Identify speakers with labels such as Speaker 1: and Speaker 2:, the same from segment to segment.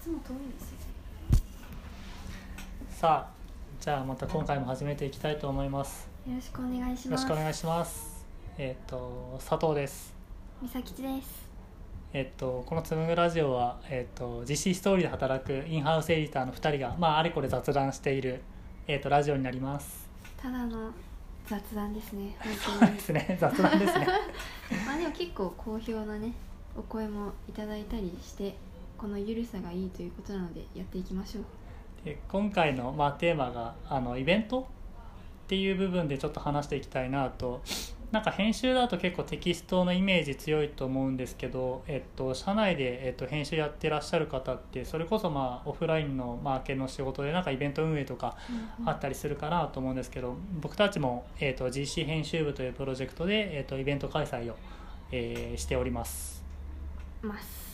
Speaker 1: つも遠いですよ
Speaker 2: さあじゃあまた今回も始めていきたいと思います
Speaker 1: よろしくお願いし
Speaker 2: よろ
Speaker 1: ま
Speaker 2: し
Speaker 1: す
Speaker 2: くお願いしますえっ、と佐藤です
Speaker 1: みさきちです
Speaker 2: えっ、とこのつむぐラジオはえっ、と実施ストーリーで働くインハウスエディターの2人がまああれこれ雑談しているえっ、とラジオになります
Speaker 1: ただの雑談です ね本
Speaker 2: そ
Speaker 1: 当
Speaker 2: う
Speaker 1: に
Speaker 2: ですね雑談ですね
Speaker 1: まあでも結構好評なねお声もいただいたりしてこのゆるさがいいということなのでやっていきましょう
Speaker 2: で今回のまあテーマがあのイベントっていう部分でちょっと話していきたいなとなんか編集だと結構テキストのイメージ強いと思うんですけど、えっと、社内で、えっと、編集やってらっしゃる方ってそれこそまあオフラインのマーケの仕事でなんかイベント運営とかあったりするかなと思うんですけど僕たちも、えっと、GC 編集部というプロジェクトで、えっと、イベント開催を、えーしております。
Speaker 1: ます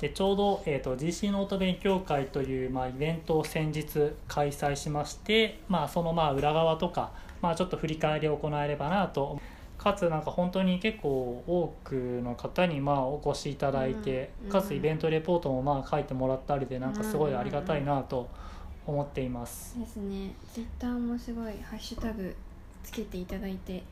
Speaker 2: でちょうど、えー、と GC ノート勉強会という、まあ、イベントを先日開催しまして、まあ、そのまあ裏側とか、まあ、ちょっと振り返りを行えればなとかつなんか本当に結構多くの方にまあお越しいただいて、
Speaker 1: うん
Speaker 2: かつイベントレポートもまあ書いてもらったりでなんかすごいありがたいなと思っています。
Speaker 1: ですねツイッターもすごいハッシュタグつけていただいて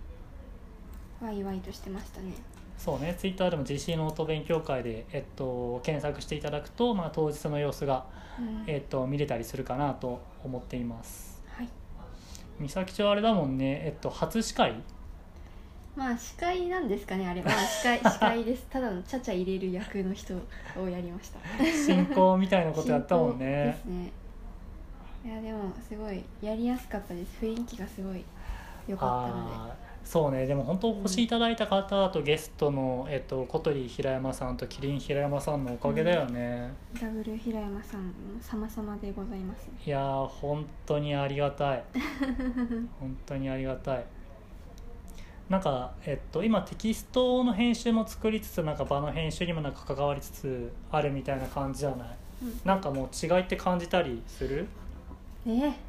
Speaker 1: ワイワイとしてましたね
Speaker 2: そうね、ツイッターでも GC ノート勉強会で、えっと、検索していただくと、まあ、当日の様子が、
Speaker 1: うん
Speaker 2: えっと、見れたりするかなと思っています。
Speaker 1: はい
Speaker 2: 美咲ちゃんあれだもんねえっと初司会
Speaker 1: まあ司会なんですかねあれまあ司会司会ですただのちゃちゃ入れる役の人をやりました
Speaker 2: 進行みたいなことやったもんね
Speaker 1: 進行ですねいやでもすごいやりやすかったです雰囲気がすごい良かったので
Speaker 2: あーそうねでも本当お越しいただいた方あとゲストの、えっと、小鳥平山さんとキリン平山さんのおかげだよね、
Speaker 1: ダブル平山さんも様々でございますね
Speaker 2: いやー本当にありが たい本当にありがたいなんか、えっと、今テキストの編集も作りつつなんか場の編集にもなんか関わりつつあるみたいな感じじゃないなんかもう違いって感じたりする
Speaker 1: うんええ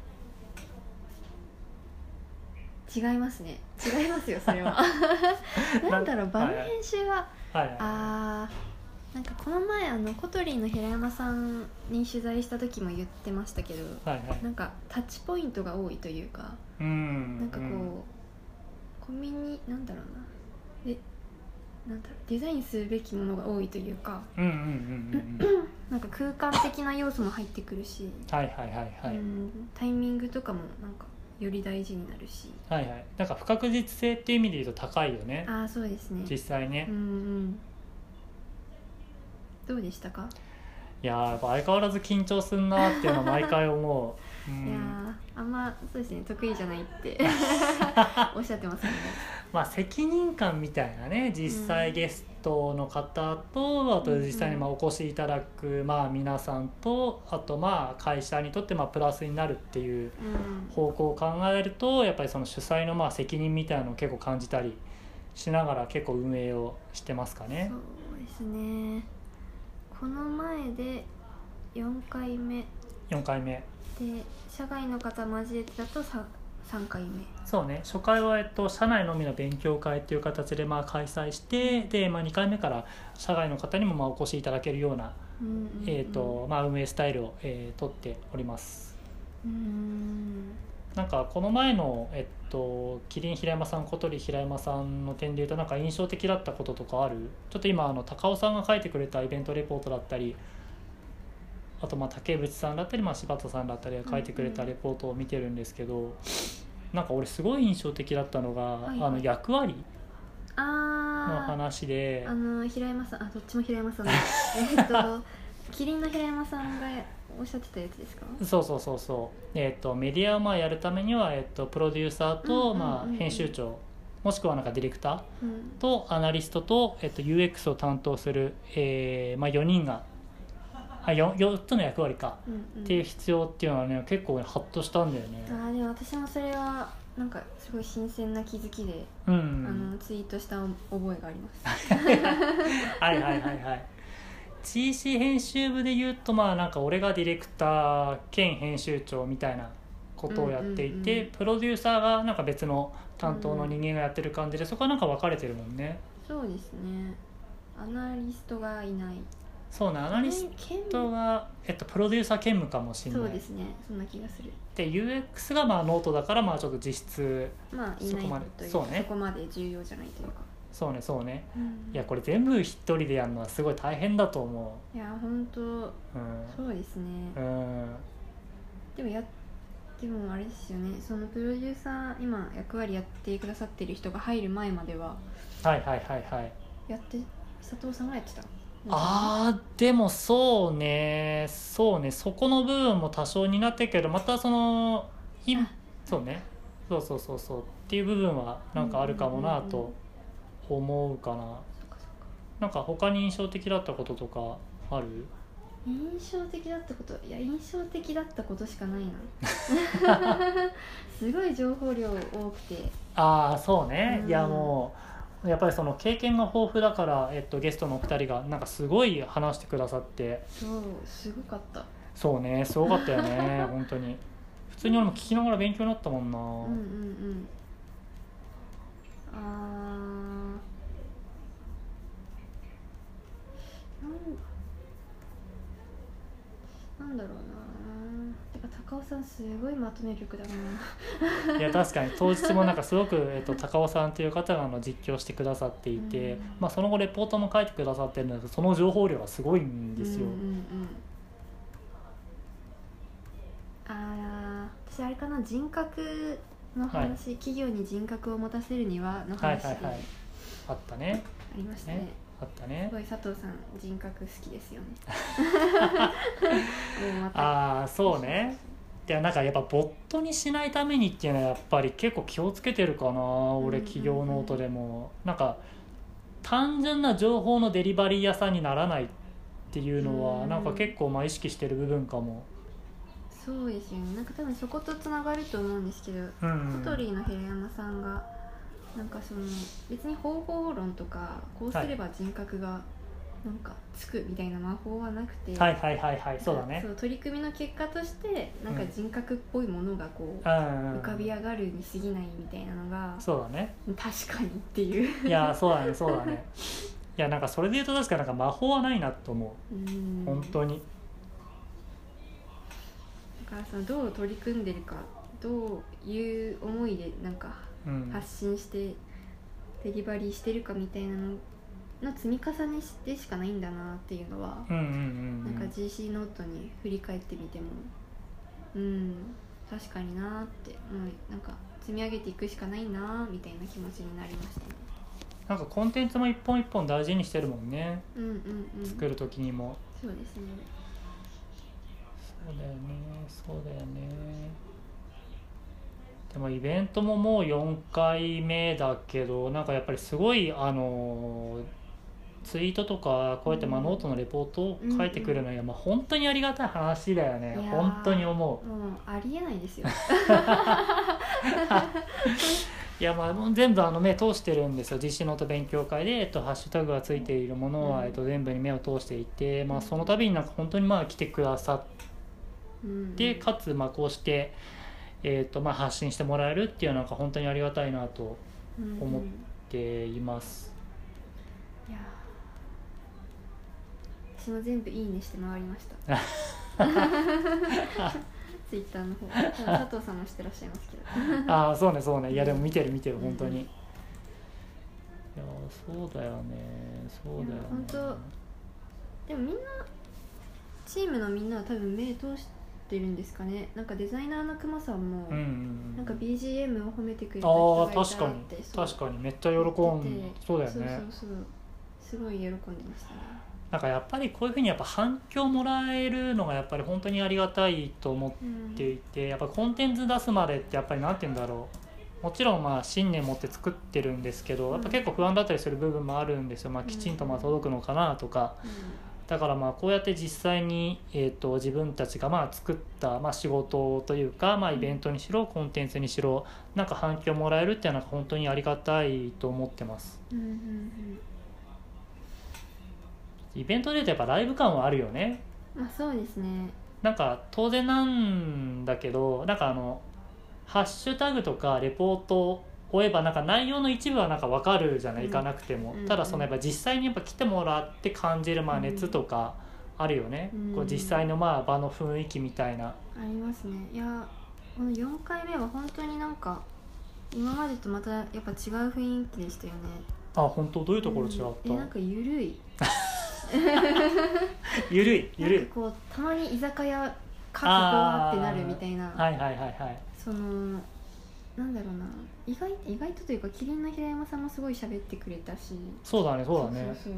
Speaker 1: 違いますね違いますよそれ はなんだろう場の
Speaker 2: はいはい
Speaker 1: 編集は
Speaker 2: はいはい
Speaker 1: あーなんかこの前あの小鳥の平山さんに取材した時も言ってましたけど
Speaker 2: はいはい
Speaker 1: なんかタッチポイントが多いというか
Speaker 2: うん
Speaker 1: なんかこう、
Speaker 2: うん
Speaker 1: コミュニなんだろうなでなんだろうデザインするべきものが多いというか
Speaker 2: うんうんうんうんうん
Speaker 1: なんか空間的な要素も入ってくるし、
Speaker 2: はいはいはいはい、
Speaker 1: うんタイミングとかもなんかより大事になるし
Speaker 2: はいはいなんか不確実性っていう意味で言うと高いよね
Speaker 1: ああそうですね
Speaker 2: 実際ね、
Speaker 1: うんうんどうでしたか、
Speaker 2: いやーやっぱ相変わらず緊張すんなーっていうのは毎回思 う、うん
Speaker 1: いやーあんまそうですね得意じゃないって おっしゃってますよね
Speaker 2: まあ責任感みたいなね実
Speaker 1: う
Speaker 2: 際
Speaker 1: ん
Speaker 2: ゲストの方とあと実際にまあお越しいただくまあ皆さんとあとまあ会社にとってまあプラスになるっていう
Speaker 1: うん
Speaker 2: 方向を考えるとやっぱりその主催のまあ責任みたいなのを結構感じたりしながら結構運営をしてますかね
Speaker 1: そうですねこの前で4回目
Speaker 2: 4回目
Speaker 1: で社外の方交えてだと 3, 3回目
Speaker 2: そうね初回は、えっと、社内のみの勉強会という形でまあ開催してで、まあ、2回目から社外の方にもまあお越しいただけるような、
Speaker 1: うんうんうん
Speaker 2: えーとまあ、運営スタイルを、えー取っております
Speaker 1: うーん
Speaker 2: なんかこの前の、えっと、キリン平山さん小鳥平山さんの点でいうとなんか印象的だったこととかあるちょっと今あの高尾さんが書いてくれたイベントレポートだったりあとまあ竹渕さんだったり、まあ、柴田さんだったりが書いてくれたレポートを見てるんですけど、なんか俺すごい印象的だったのが、
Speaker 1: いはい
Speaker 2: あの役割の
Speaker 1: あ
Speaker 2: 話で
Speaker 1: ーあの平山さんあどっちも平山さん だえっとキリンの平山さんがおっしゃってたやつですか
Speaker 2: そうそうそうそう、えっとメディアをまあやるためには、えっとプロデューサーと、
Speaker 1: うんうんうんうん
Speaker 2: まあ、編集長もしくはなんかディレクター
Speaker 1: うん
Speaker 2: とアナリストと、えっと、UX を担当する、えーまあ、4人があ 4, 4つの役割か、
Speaker 1: うんうん
Speaker 2: っていう必要っていうのはね結構ねハッとしたんだよね
Speaker 1: あ。ーでも私もそれはなんかすごい新鮮な気づきで、
Speaker 2: う
Speaker 1: あ
Speaker 2: ん、
Speaker 1: のツイートした覚えがあり ます
Speaker 2: はいはいはいはい GC 編集部で言うとまあなんか俺がディレクター兼編集長みたいなことをやっていて、
Speaker 1: うんうんうん
Speaker 2: プロデューサーがなんか別の担当の人間がやってる感じで、そこはなんか分かれてるもんね。
Speaker 1: そうですねアナリストがいない
Speaker 2: そうねアナリス
Speaker 1: 兼
Speaker 2: トは、えっと、プロデューサー兼務かもしれ
Speaker 1: そ
Speaker 2: な
Speaker 1: う
Speaker 2: い
Speaker 1: ですねそんな気がする
Speaker 2: で UX がまあノートだからまあちょっと実質
Speaker 1: まあい
Speaker 2: そ
Speaker 1: ない
Speaker 2: こまで
Speaker 1: という
Speaker 2: そうね
Speaker 1: こまで重要じゃないというか、
Speaker 2: そうねそうね
Speaker 1: うん
Speaker 2: いやこれ全部一人でやるのはすごい大変だと思
Speaker 1: いや本当
Speaker 2: うう
Speaker 1: そうですね、
Speaker 2: ん、うん、
Speaker 1: でもやでもあれですよねそのプロデューサー今役割やってくださってる人が入る前までは
Speaker 2: はいはいはいはい
Speaker 1: やって佐藤さんがやってた
Speaker 2: あーでもそうねそうねそこの部分も多少になってるけどまたその今
Speaker 1: あ
Speaker 2: そうねそうそうそうそうっていう部分はなんかあるかもな
Speaker 1: うんうんうん
Speaker 2: と思うかな
Speaker 1: そっかそっか
Speaker 2: なんか他に印象的だったこととかある
Speaker 1: 印象的だったこといや印象的だったことしかないな すごい情報量多くて
Speaker 2: ああそうね、
Speaker 1: うん
Speaker 2: いやもうやっぱりその経験が豊富だから、えっと、ゲストのお二人がなんかすごい話してくださって
Speaker 1: そうすごかった
Speaker 2: そうねすごかったよ ね本当に普通に俺も聞きながら勉強になったもんな、
Speaker 1: うんうんうんあーなんなんだろうなてか高尾さんすごいまとめ力だない
Speaker 2: や確かに当日 もなんかすごく、えっと、高尾さんという方があの実況してくださっていて、
Speaker 1: うん
Speaker 2: まあ、その後レポートも書いてくださってるんですけどその情報量がすごいんですよ、
Speaker 1: うんうんうん、あー私あれかな人格の話、
Speaker 2: はい
Speaker 1: 企業に人格を持たせるにはの
Speaker 2: は
Speaker 1: 話で
Speaker 2: いはいはい
Speaker 1: あ
Speaker 2: あったね
Speaker 1: りましたね,、
Speaker 2: ねあったね
Speaker 1: すごい佐藤さん人格好きです よねもうまた
Speaker 2: ああそうねいやなんかやっぱボットにしないためにっていうのはやっぱり結構気をつけてるかな
Speaker 1: う
Speaker 2: 俺
Speaker 1: んうんうん
Speaker 2: 企業ノートでもなんか単純な情報のデリバリー屋さんにならないっていうの
Speaker 1: う
Speaker 2: は
Speaker 1: ん
Speaker 2: なんか結構まあ意識してる部分かも
Speaker 1: そうですよねなんか多分そことつながると思うんですけど
Speaker 2: うん
Speaker 1: 小鳥の平山さんがなんかその別に方法論とかこうすれば人格がなんかつくみたいな魔法はなくて、
Speaker 2: はいはいはいはいそうだね
Speaker 1: そう取り組みの結果としてなんか
Speaker 2: うん
Speaker 1: 人格っぽいものがこう、
Speaker 2: 浮
Speaker 1: 浮かび上がるに過ぎないみたいなのが
Speaker 2: そうだね
Speaker 1: 確かにっていう
Speaker 2: いやそうだねそうだ ねいやなんかそれで言うと確かなんか魔法はないなと思
Speaker 1: うん
Speaker 2: う本当に
Speaker 1: だからそのどう取り組んでるかどういう思いでなんか
Speaker 2: うん
Speaker 1: 発信してデリバリーしてるかみたいなのの積み重ねでしかないんだなっていうのは、
Speaker 2: うんうん
Speaker 1: なん
Speaker 2: うんう
Speaker 1: か
Speaker 2: ん
Speaker 1: GC ノートに振り返ってみてもうん確かになーってもうなんか積み上げていくしかないなーみたいな気持ちになりましたね
Speaker 2: なんかコンテンツも一本一本大事にしてるもんね
Speaker 1: うんうんうん
Speaker 2: 作る時にも
Speaker 1: そうですね
Speaker 2: そうだよねそうだよねでもイベントももう4回目だけどなんかやっぱりすごいあのツイートとかこうやってまあ
Speaker 1: うん
Speaker 2: ノートのレポートを書いてくるのは、まあ、本当にありがたい話だよね
Speaker 1: いやー
Speaker 2: 本当に思
Speaker 1: もうありえない ですよ
Speaker 2: ういやまあもう全部あの目通してるんですよ実施ノート勉強会で、えっと、ハッシュタグがついているものは、
Speaker 1: うん
Speaker 2: えっと、全部に目を通していて、ま
Speaker 1: う
Speaker 2: あ、
Speaker 1: ん
Speaker 2: その度になんか本当にまあ来てくださっ
Speaker 1: うん
Speaker 2: でかつまあこうして、えーとまあ、発信してもらえるっていうのはなんか本当にありがたいなと思
Speaker 1: うんうん
Speaker 2: 思ってい ます
Speaker 1: いやー私も全部いいねして回りました ツイッターの方多分佐藤さんもしてらっしゃいますけど
Speaker 2: ああそうねそうねいやでも見てる見てる
Speaker 1: うん
Speaker 2: 本当に、いやーそうだよねそうだよね
Speaker 1: いや本当でもみんなチームのみんなは多分目通してるんですかねなんかデザイナーのくまさんも、
Speaker 2: うんうん
Speaker 1: なんか BGM を褒めてくれた
Speaker 2: あ
Speaker 1: 人
Speaker 2: あ
Speaker 1: がいた
Speaker 2: 確か
Speaker 1: っ
Speaker 2: に
Speaker 1: てそう
Speaker 2: 確かにめっちゃ喜ん
Speaker 1: 言ってて
Speaker 2: そうだよね
Speaker 1: そうそうそうすごい喜んでましたね
Speaker 2: なんかやっぱりこういうふうにやっぱ反響もらえるのがやっぱり本当にありがたいと思って
Speaker 1: うん
Speaker 2: っていてやっぱコンテンツ出すまでってやっぱり何て言うんだろうもちろんまあ信念持って作ってるんですけどやっぱ結構不安だったりする部分もあるんですよ、まあ、きちんとまあ届くのかなとかだからまあこうやって実際に、えー、と自分たちがまあ作ったまあ仕事というかまあイベントにしろコンテンツにしろなんか反響もらえるっていうのは本当にありがたいと思ってます
Speaker 1: うんうんうんうん
Speaker 2: イベントで言うとやっぱライブ感はあるよね
Speaker 1: まあそうですね
Speaker 2: なんか当然なんだけどなんかあのハッシュタグとかレポート追えばなんか内容の一部はなんか分かるじゃない、
Speaker 1: うん
Speaker 2: 行かなくても、
Speaker 1: うん
Speaker 2: ただそのやっぱ実際にやっぱ来てもらって感じるまあ熱とかあるよね、
Speaker 1: うん
Speaker 2: こう実際のまあ場の雰囲気みたいな、
Speaker 1: ありますねいやこの4回目は本当になんか今までとまたやっぱ違う雰囲気でしたよね
Speaker 2: あ本当どういうところ違った、
Speaker 1: うんえなんかゆるい
Speaker 2: ゆるいゆ
Speaker 1: なん
Speaker 2: る
Speaker 1: かこうたまに居酒屋かっこわってなるみたいない
Speaker 2: はいはいはいはい
Speaker 1: そのなんだろうな意外意外とというかキリンの平山さんもすごい喋ってくれたし
Speaker 2: そうだねそうだね
Speaker 1: そうそう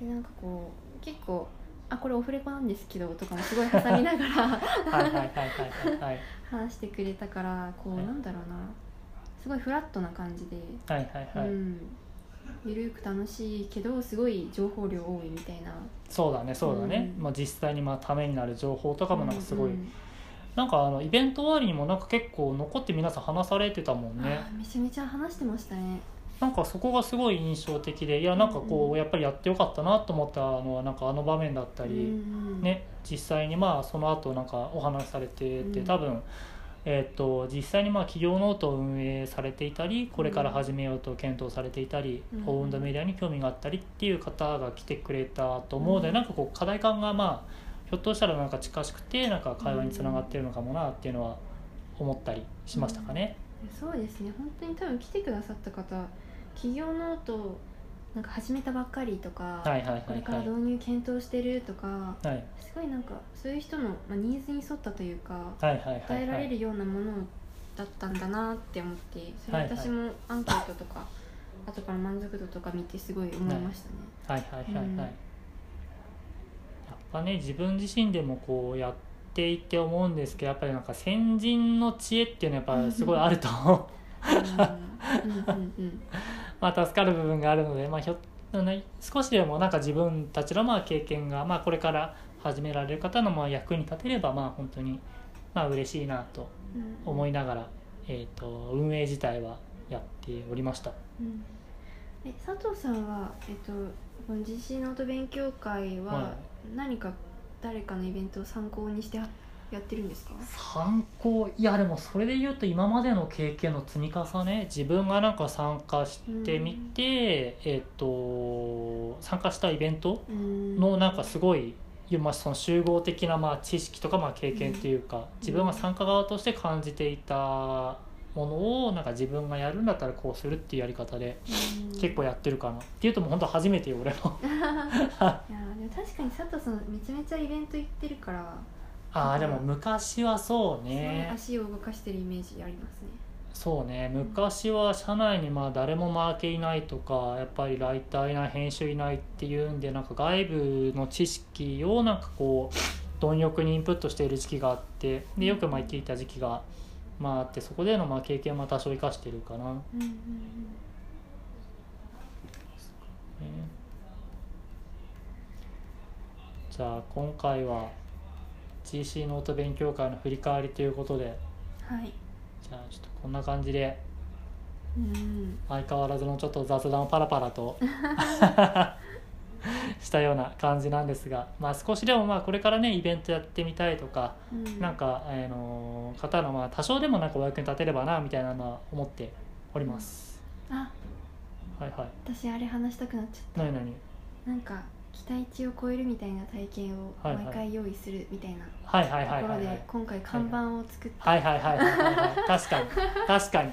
Speaker 1: そうでなんかこう結構あこれオフレコなんですけどとかもすごい挟みながら
Speaker 2: はいはいはいはいはいはい
Speaker 1: 話してくれたからこう
Speaker 2: はい
Speaker 1: なんだろうなすごいフラットな感じで、
Speaker 2: はいはいはい、
Speaker 1: うんゆるく楽しいけどすごい情報量多いみたいな
Speaker 2: そうだねそうだね、
Speaker 1: うん
Speaker 2: まあ、実際にまあためになる情報とかもなんかすご
Speaker 1: う
Speaker 2: い、
Speaker 1: んうん
Speaker 2: なんかあのイベント終わりにもなんか結構残って皆さん話されてたもんね
Speaker 1: あーめちゃめちゃ話してましたね
Speaker 2: なんかそこがすごい印象的でいやなんかこう、
Speaker 1: うん
Speaker 2: やっぱりやってよかったなと思ったのはなんかあの場面だった
Speaker 1: うん
Speaker 2: り、
Speaker 1: うん
Speaker 2: ね実際にまあその後なんかお話しされてて、
Speaker 1: うん
Speaker 2: 多分えっと実際にまあ企業ノートを運営されていたりこれから始めようと検討されていたり、
Speaker 1: うん
Speaker 2: オウンドメディアに興味があったりっていう方が来てくれたと思うので、
Speaker 1: うん
Speaker 2: なんかこう課題感がまあひょっとしたらなんか近しくてなんか会話につながってるのかもなっていうのは思ったりしましたかね。
Speaker 1: そうですね本当に多分来てくださった方企業ノートなんか始めたばっかりとか、
Speaker 2: はいはいはい
Speaker 1: これから
Speaker 2: はい
Speaker 1: 導入検討してるとか、
Speaker 2: はい
Speaker 1: すごいなんかそういう人の、まあ、ニーズに沿ったというか
Speaker 2: はいはいはい
Speaker 1: 伝えら
Speaker 2: は
Speaker 1: れ
Speaker 2: い
Speaker 1: るようなものだったんだなって思ってそれ
Speaker 2: はいはい
Speaker 1: 私もアンケートとか、後から満足度とか見てすごい思いましたね、
Speaker 2: はいはいはいはい、
Speaker 1: うん
Speaker 2: やっぱね自分自身でもこうやっていて思うんですけどやっぱりなんか先人の知恵っていうのはやっぱすごいあると
Speaker 1: うんうんうん
Speaker 2: まあ助かる部分があるので、まあ、ひょっね少しでもなんか自分たちのまあ経験が、まあ、これから始められる方のまあ役に立てればまあ本当にまあ嬉しいなと
Speaker 1: うん
Speaker 2: 思いながら、えー、と運営自体はやっておりました。
Speaker 1: うんえ佐藤さんは、えっと、この GC ノート勉強会
Speaker 2: は
Speaker 1: は何か誰かのイベントを参考にしてやってるんですか、
Speaker 2: 参考いやでもそれで言うと今までの経験の積み重ね自分がなんか参加してみて、えっと参加したイベント
Speaker 1: うん
Speaker 2: のなんかすごい、まあ、その集合的なまあ知識とかまあ経験というか、自分が参加側として感じていたものをなんか自分がやるんだったらこうするっていうやり方で
Speaker 1: うん
Speaker 2: 結構やってるかなっていうともう本当初めてよ俺も
Speaker 1: いやーでも確かに佐藤さんめちゃめちゃイベント行ってるから、
Speaker 2: ああでも昔はそう
Speaker 1: すごい
Speaker 2: ね
Speaker 1: 足を動かしてるイメージありますね
Speaker 2: そうね昔は社内にまあ誰もマーケいないとかやっぱりライターいない編集いないっていうんでなんか外部の知識をなんかこう貪欲にインプットしている時期があってでよくまあ言っていた時期が、まあ、あってそこでのまあ経験も多少生かしてるかな、ね
Speaker 1: うんうん
Speaker 2: じゃあ今回は GC ノート勉強会の振り返りということで
Speaker 1: うんはい
Speaker 2: じゃあちょっとこんな感じで
Speaker 1: うん
Speaker 2: 相変わらずのちょっと雑談をパラパ ラとしたような感じなんですが、まあ、少しでもまあこれからねイベントやってみたいとか、
Speaker 1: うん
Speaker 2: なんか、あの方のまあ多少でもなんかお役に立てればなみたいなのは思っております、
Speaker 1: あ
Speaker 2: はいはい
Speaker 1: 私あれ話したくなっちゃっ
Speaker 2: 何何
Speaker 1: たなんか期待値を超えるみたいな体験を
Speaker 2: はいはい
Speaker 1: 毎回用意するみたいな
Speaker 2: はいはいはい
Speaker 1: とこ
Speaker 2: は
Speaker 1: ろ
Speaker 2: いは
Speaker 1: で
Speaker 2: い
Speaker 1: 今回看板を作って
Speaker 2: はいはいはいはいはいはい確かに確かに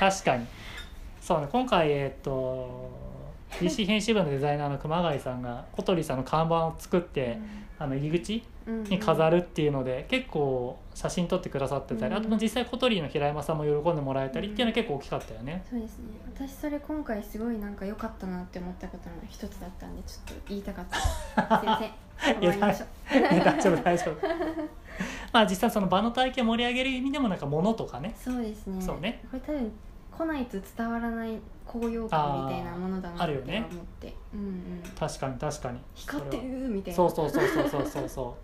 Speaker 2: 確かにそうね今回えっと DC 編集部のデザイナーの熊谷さんが小鳥さんの看板を作って、あの入り口
Speaker 1: うん
Speaker 2: に飾るっていうので結構写真撮ってくださってたり、
Speaker 1: うん
Speaker 2: あともう実際小鳥の平山さんも喜んでもらえたりっていうの
Speaker 1: う
Speaker 2: は結構大きかったよね、
Speaker 1: そうですね私それ今回すごいなんか良かったなって思ったことの一つだったんでちょっと言いたかった すいません終わりましょう
Speaker 2: ね大丈夫大丈夫 まあ実際その場の体験を盛り上げる意味でもなんか物とかね
Speaker 1: そうですね
Speaker 2: そうね
Speaker 1: これ多分来ないと伝わらない高揚感みたいなものだな
Speaker 2: あ
Speaker 1: っ
Speaker 2: ーある
Speaker 1: て
Speaker 2: よね
Speaker 1: 思って、うんうん
Speaker 2: 確かに確かに
Speaker 1: 光ってるみたいな
Speaker 2: そうそうそうそうそうそうそ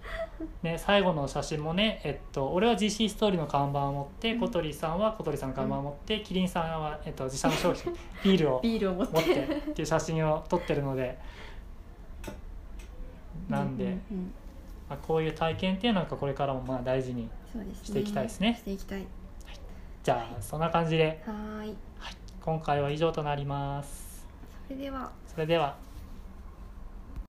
Speaker 2: うね最後の写真もねえっと俺は GC ストーリーの看板を持って
Speaker 1: うん
Speaker 2: 小鳥さんは小鳥さんの看板を持って、キリンさんは、えっと、自社の 商品ビールを
Speaker 1: ビールを持って
Speaker 2: 持ってっていう写真を撮ってるのでなんで、
Speaker 1: うううん
Speaker 2: まあ、こういう体験っていうのはなんかこれからもまあ大事に
Speaker 1: そうですね
Speaker 2: していきたいですね
Speaker 1: していきたい
Speaker 2: じゃあそんな感じで
Speaker 1: はーい
Speaker 2: 今回は以上となります
Speaker 1: それでは
Speaker 2: それでは